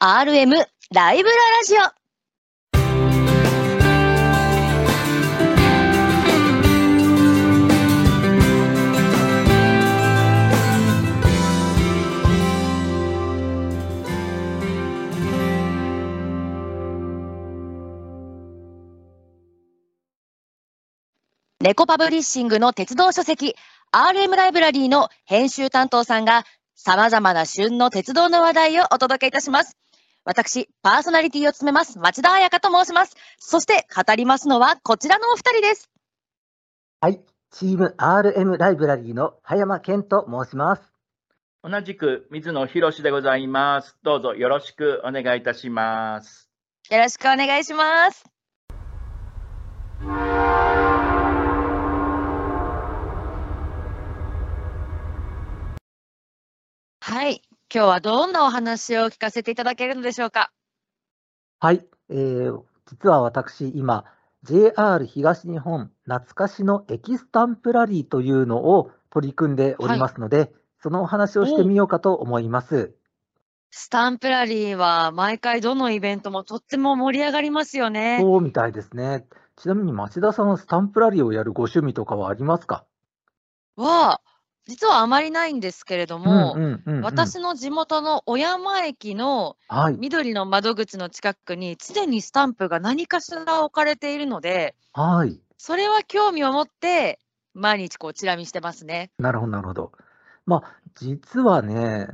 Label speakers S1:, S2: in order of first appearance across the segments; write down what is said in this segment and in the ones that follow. S1: RM ライブララジオ。猫パブリッシングの鉄道書籍 RM ライブラリーの編集担当さんが様々な旬の鉄道の話題をお届けいたします。私、パーソナリティを務めます、町田彩香と申します。そして、語りますのは、こちらのお二人です。
S2: はい、チーム RM ライブラリーの葉山健と申します。
S3: 同じく水野博史でございます。どうぞよろしくお願いいたします。
S1: よろしくお願いします。はい、今日はどんなお話を聞かせていただけるのでしょうか。
S2: はい、えー、実は私、今、JR 東日本懐かしのエキスタンプラリーというのを取り組んでおりますので、そのお話をしてみようかと思います。
S1: スタンプラリーは毎回どのイベントもとっても盛り上がりますよね。
S2: そうみたいですね。ちなみに町田さんはスタンプラリーをやるご趣味とかはありますか
S1: は、実はあまりないんですけれども、
S2: んうんうんうん、
S1: 私の地元の小山駅の
S2: はい、
S1: 緑の窓口の近くに常にスタンプが何かしら置かれているので
S2: はい、
S1: それは興味を持って毎日こうチラ見してますね。
S2: なるほど、なるほど。まあ、実はね、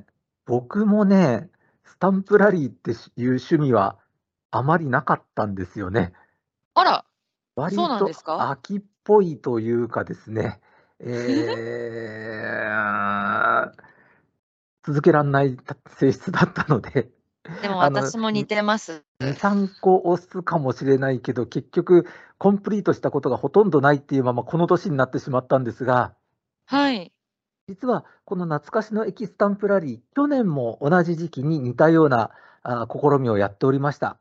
S2: 僕もね、スタンプラリーっていう趣味はあまりなかったんですよね。
S1: あら
S2: 割
S1: そうなん
S2: と
S1: ですか
S2: 秋っぽいというかですね、えー続けられない性質だったので、
S1: でも
S2: あの
S1: 私も似てます。
S2: 2、3個押すかもしれないけど、結局、コンプリートしたことがほとんどないっていうまま、この年になってしまったんですが。
S1: はい。
S2: 実はこの懐かしの駅スタンプラリー、去年も同じ時期に似たようなあ試みをやっておりました。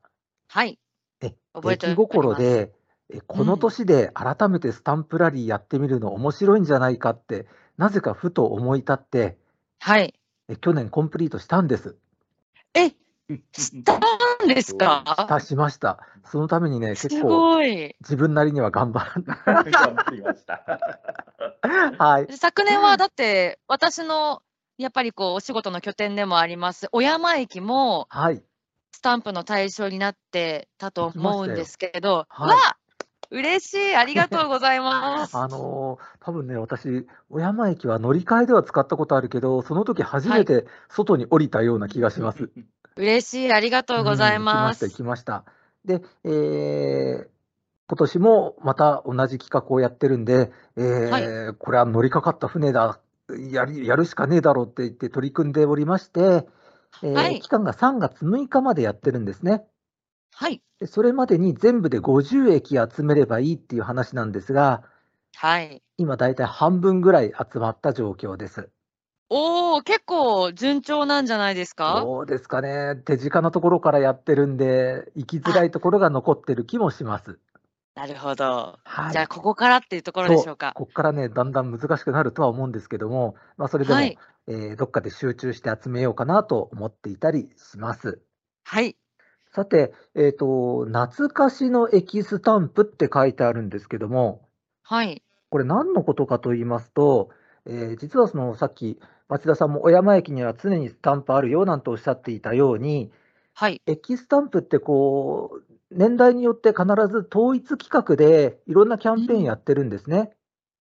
S1: はい。
S2: え
S1: 覚えております
S2: 出来心で、えこの年で改めてスタンプラリーやってみるの面白いんじゃないかって、なぜかふと思い立って、
S1: はい。
S2: え去年コンプリートしたんです。
S1: え、 したんですか
S2: たしました。そのためにね、
S1: す
S2: 結構
S1: ごい。
S2: 自分なりには頑張ら
S3: 頑張りました。
S2: ない。はい。
S1: 昨年はだって私のやっぱりこうお仕事の拠点でもあります小山駅も
S2: はい。
S1: スタンプの対象になってたと思うんですけど、
S2: 行きましたよはい
S1: わあ嬉しい、ありがとうございます。
S2: あのー多分ね、私、小山駅は乗り換えでは使ったことあるけど、その時初めて外に降りたような気がします。
S1: 嬉しい、ありがとうございます。
S2: うん行きました、行きました。で、えー今年もまた同じ企画をやってるんで、えーこれは乗りかかった船だ、やりやるしかねえだろうって言って取り組んでおりまして、えー
S1: はい
S2: 期間が3月6日までやってるんですね。
S1: はい、
S2: でそれまでに全部で50駅集めればいいっていう話なんですが、
S1: はい。
S2: 今大体半分ぐらい集まった状況です。
S1: おお、結構順調なんじゃないですか。
S2: どうですかね、手近なところからやってるんで、行きづらいところが残ってる気もします。
S1: なるほど。
S2: はい、
S1: じゃあ、ここからっていうところでしょうか。
S2: ここからね、だんだん難しくなるとは思うんですけども、まあ、それでも、
S1: はい
S2: えーどっかで集中して集めようかなと思っていたりします。
S1: はい、
S2: さて、えっ、と、懐かしの駅スタンプって書いてあるんですけども、
S1: はい、
S2: これ何のことかと言いますと、えー実はそのさっき町田さんも小山駅には常にスタンプあるよなんておっしゃっていたように、
S1: はい、
S2: 駅スタンプってこう、年代によって必ず統一企画でいろんなキャンペーンやってるんですね。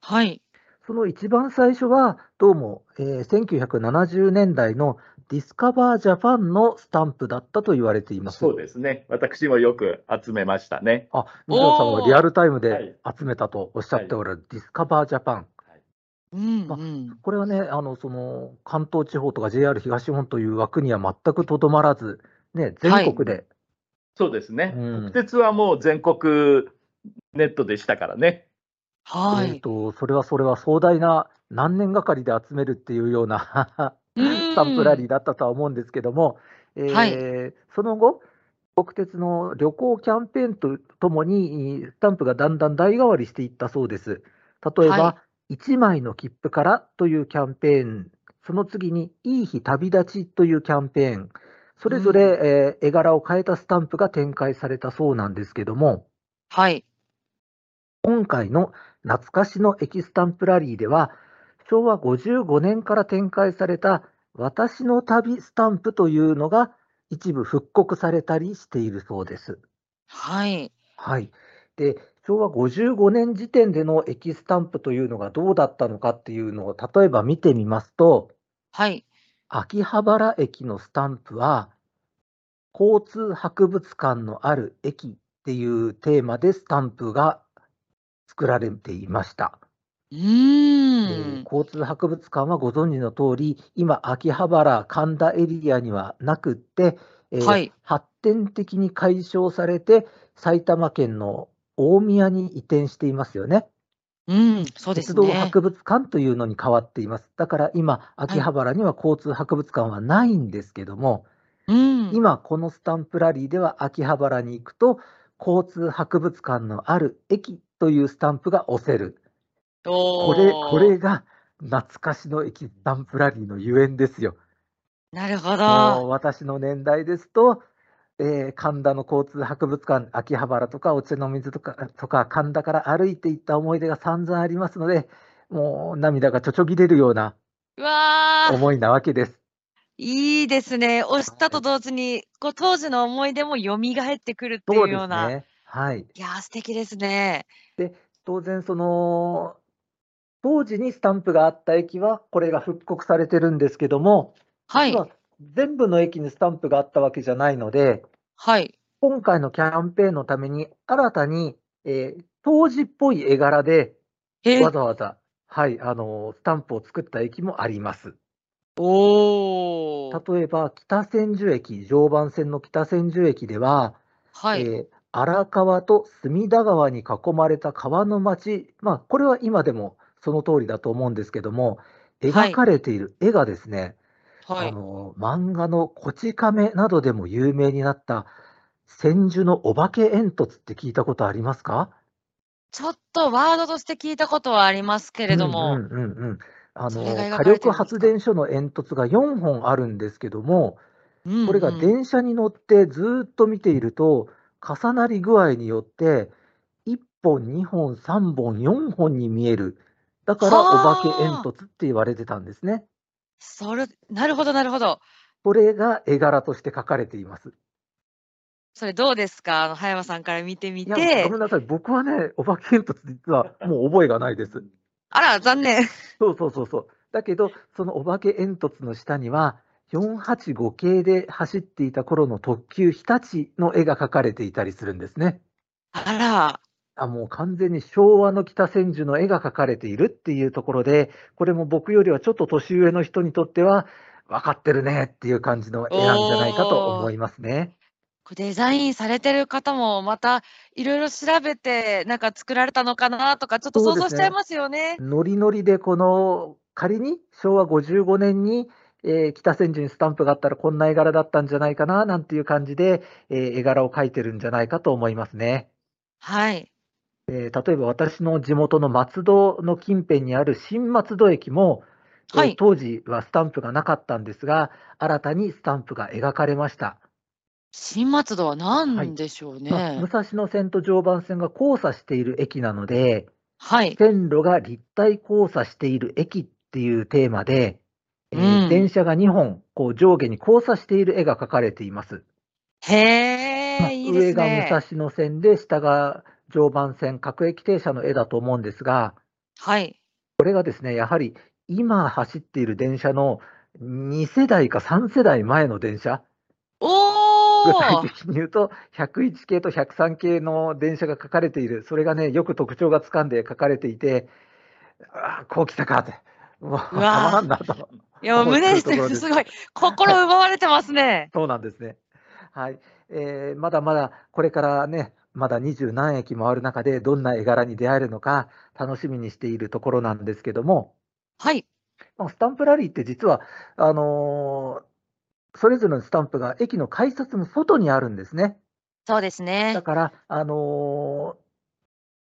S1: はい。
S2: その一番最初は、どうも、えー1970年代のディスカバージャパンのスタンプだったと言われています。
S3: そうですね。私もよく集めましたね。
S2: あ、水野さんはリアルタイム
S3: は
S2: で
S3: い
S2: 集めたとおっしゃっておられるディスカバージャパン。
S1: うん、
S2: ま
S1: うん。
S2: これはね、あの、その、関東地方とか JR 東日本という枠には全くとどまらず、ね、全国で、
S3: そうですね。
S2: うん
S3: 国鉄はもう全国ネットでしたからね。
S1: は
S2: えっ
S1: い。
S2: と、それはそれは壮大な何年がかりで集めるっていうような、スタンプラリー
S1: ー。
S2: だったとは思うんですけども、えー
S1: はい
S2: その後、国鉄の旅行キャンペーンとともに、えースタンプがだんだん代替わりしていったそうです。例えば、
S1: は
S2: 1枚の切符からというキャンペーン、その次に、いい日旅立ちというキャンペーン、それぞれ、えー絵柄を変えたスタンプが展開されたそうなんですけども、
S1: はい。
S2: 今回の懐かしの駅スタンプラリーでは、昭和55年から展開された私の旅スタンプというのが一部復刻されたりしているそうです。
S1: はい。
S2: はい。で、昭和55年時点での駅スタンプというのがどうだったのかっていうのを例えば見てみますと、
S1: はい。
S2: 秋葉原駅のスタンプは、交通博物館のある駅っていうテーマでスタンプが作られていました。
S1: う
S2: え
S1: ー
S2: ー
S1: ん。
S2: 交通博物館はご存知の通り、今、秋葉原、神田エリアにはなくって、えー
S1: はい
S2: 発展的に解消されて、埼玉県の大宮に移転していますよね。
S1: うん。そうです
S2: 鉄道
S1: ね。
S2: 博物館というのに変わっています。だから今、秋葉原には交通博物館はないんですけども、
S1: うん。
S2: 今、このスタンプラリーでは秋葉原に行くと、交通博物館のある駅というスタンプが押せる。
S1: こ
S2: これ、これ。が懐かしの駅スタンプラリーのゆえんですよ。
S1: なるほ
S2: も
S1: ど。
S2: う私の年代ですと、えー神田の交通博物館、秋葉原とかお茶の水とかとか神田から歩いていった思い出が散々ありますので、もう涙がちょちょぎれるような
S1: うわー。
S2: 思いなわけです。
S1: いいですね。押したと同時に、こう当時の思い出も蘇ってくるって
S2: そ
S1: いうう
S2: で
S1: よう
S2: す
S1: な。
S2: ね。はい。
S1: いやー、素敵ですね。
S2: 当然、その、当時にスタンプがあった駅は、これが復刻されてるんですけども、
S1: はい
S2: 実。は全部の駅にスタンプがあったわけじゃないので、
S1: はい。
S2: 今回のキャンペーンのために、新たに、えー当時っぽい絵柄で、
S1: え
S2: わざわざ、はい、あのースタンプを作った駅もあります。
S1: おー。
S2: 例えば、北千住駅、常磐線の北千住駅では、
S1: は
S2: え
S1: い。
S2: ー荒川と隅田川に囲まれた川の町、まあ、これは今でもその通りだと思うんですけども、
S1: はい
S2: 描かれている絵がですね、
S1: は
S2: あ
S1: い。
S2: のー漫画のこち亀などでも有名になった千住のお化け煙突って聞いたことありますか
S1: ちょっとワードとして聞いたことはありますけれども。
S2: うんうんうんうんあ
S1: それ
S2: の
S1: が描
S2: 火
S1: かれて
S2: 力
S1: るんですか
S2: 発電所の煙突が4本あるんですけども、
S1: うんうん
S2: これが電車に乗ってずーっと見ていると、重なり具合によって、1本、2本、3本、4本に見える、だからお
S1: はあ
S2: 化け煙突って言われてたんですね。
S1: それ、なるほど、なるほど。
S2: これが絵柄として描かれています。
S1: それどうですかあの、葉山さんから見てみ
S2: いや、
S1: て
S2: ごめ。んなさい、僕はね、お化け煙突、実はもう覚えがないです。
S1: あら、残念。
S2: そうそうそうそう。だけど、そのお化け煙突の下には、485系で走っていた頃の特急日立の絵が描かれていたりするんですね。
S1: あら、
S2: あ、もう完全に昭和の北千住の絵が描かれているっていうところで、これも僕よりはちょっと年上の人にとっては、分かってるねっていう感じの絵なんじゃないかと思いますね。
S1: これデザインされてる方もまたいろいろ調べて、なんか作られたのかなとか、ちょっと
S2: そう
S1: 想
S2: です
S1: 像
S2: ね
S1: しちゃいますよね。
S2: ノリノリでこの仮に昭和55年に、えー北千住にスタンプがあったらこんな絵柄だったんじゃないかななんていう感じで、えー絵柄を描いてるんじゃないかと思いますね。
S1: はい。
S2: えー例えば私の地元の松戸の近辺にある新松戸駅も、えー
S1: はい。
S2: 当時はスタンプがなかったんですが新たにスタンプが描かれました、
S1: 新松戸は何でしょうね。
S2: まあ
S1: は
S2: 武
S1: い。
S2: 蔵野線と常磐線が交差している駅なので線路が立体交差している駅っていうテーマで、えー
S1: うん
S2: 電車が2本こう上下に交差している絵が描かれています。
S1: へ
S2: まあ
S1: え、いいです
S2: 上が
S1: ね。
S2: 武蔵野線で下が常磐線各駅停車の絵だと思うんですが
S1: はい。
S2: これがですねやはり今走っている電車の2世代か3世代前の電車
S1: お
S2: 具体
S1: ー
S2: 的に言うと101系と103系の電車が書かれているそれがねよく特徴がつかんで書かれていてああこう来たかってもうた
S1: うわー
S2: まらんなと
S1: いや、もう
S2: 面白い
S1: 胸にし
S2: ところ
S1: て、
S2: です
S1: すごい。心奪われてますね。
S2: そうなんですね。はい、えーまだまだこれからねまだ二十何駅もある中でどんな絵柄に出会えるのか楽しみにしているところなんですけども
S1: はい。
S2: まあスタンプラリーって実はあのーそれぞれのスタンプが駅の改札の外にあるんですね。
S1: そうですね
S2: だ。から、あのー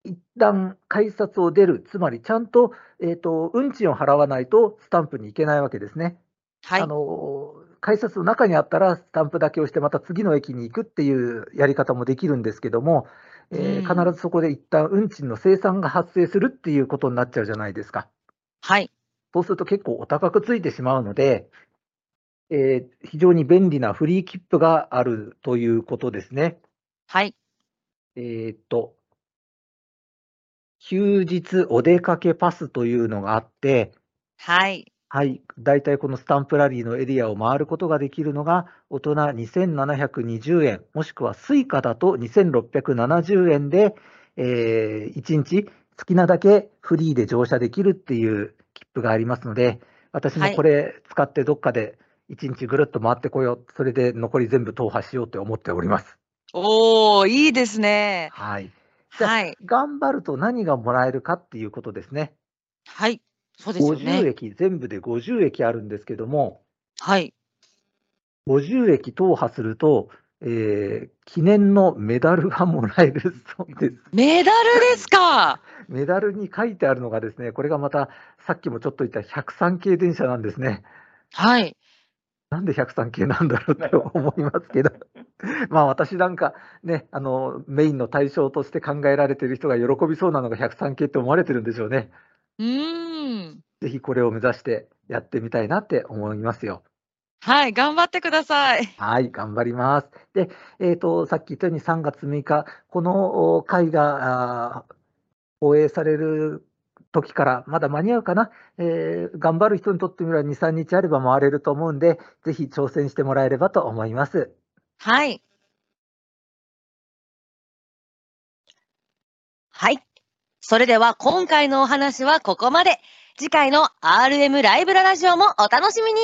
S2: 一旦改札を出る、つまりちゃんと,、えー、と運賃を払わないとスタンプに行けないわけですね。
S1: はい
S2: あ。のー改札の中にあったら、スタンプだけをして、また次の駅に行くっていうやり方もできるんですけども、えー
S1: うん
S2: 必ずそこで一旦運賃の生産が発生するっていうことになっちゃうじゃないですか。
S1: はい。
S2: そうすると結構お高くついてしまうので、えー非常に便利なフリー切符があるということですね。
S1: はい。
S2: えーっと、休日お出かけパスというのがあって、
S1: はい。
S2: はい、大体このスタンプラリーのエリアを回ることができるのが、大人2720円、もしくはスイカだと2670円で、え1日好きなだけフリーで乗車できるっていう切符がありますので、私も
S1: はい
S2: これ使ってどっかで1日ぐるっと回ってこよう、それで残り全部踏破しようって思っております。
S1: おー、いいですね。
S2: はい。じゃあ
S1: はい。
S2: 頑張ると何がもらえるかっていうことですね。
S1: はい。そうですよ
S2: 50
S1: ね。
S2: 駅、全部で50駅あるんですけども、
S1: はい。
S2: 50駅踏破すると、えー記念のメダルがもらえるそうです。
S1: メダルですか。
S2: メダルに書いてあるのがですね、これがまたさっきもちょっと言った103系電車なんですね。
S1: はい。
S2: なんで103系なんだろうって思いますけど、 まあ私なんかね、あのメインの対象として考えられている人が喜びそうなのが103系って思われてるんでしょうね。
S1: うーん。
S2: ぜひこれを目指してやってみたいなって思いますよ。
S1: はい。頑張ってください。
S2: はい、頑張ります。で、えっ、と、さっき言ったように3月6日、このお回があー放映される時から、まだ間に合うかな、えー頑張る人にとってみれば2、3日あれば回れると思うんで、ぜひ挑戦してもらえればと思います。
S1: はい。はい。それでは今回のお話はここまで。次回の RM ライブララジオもお楽しみに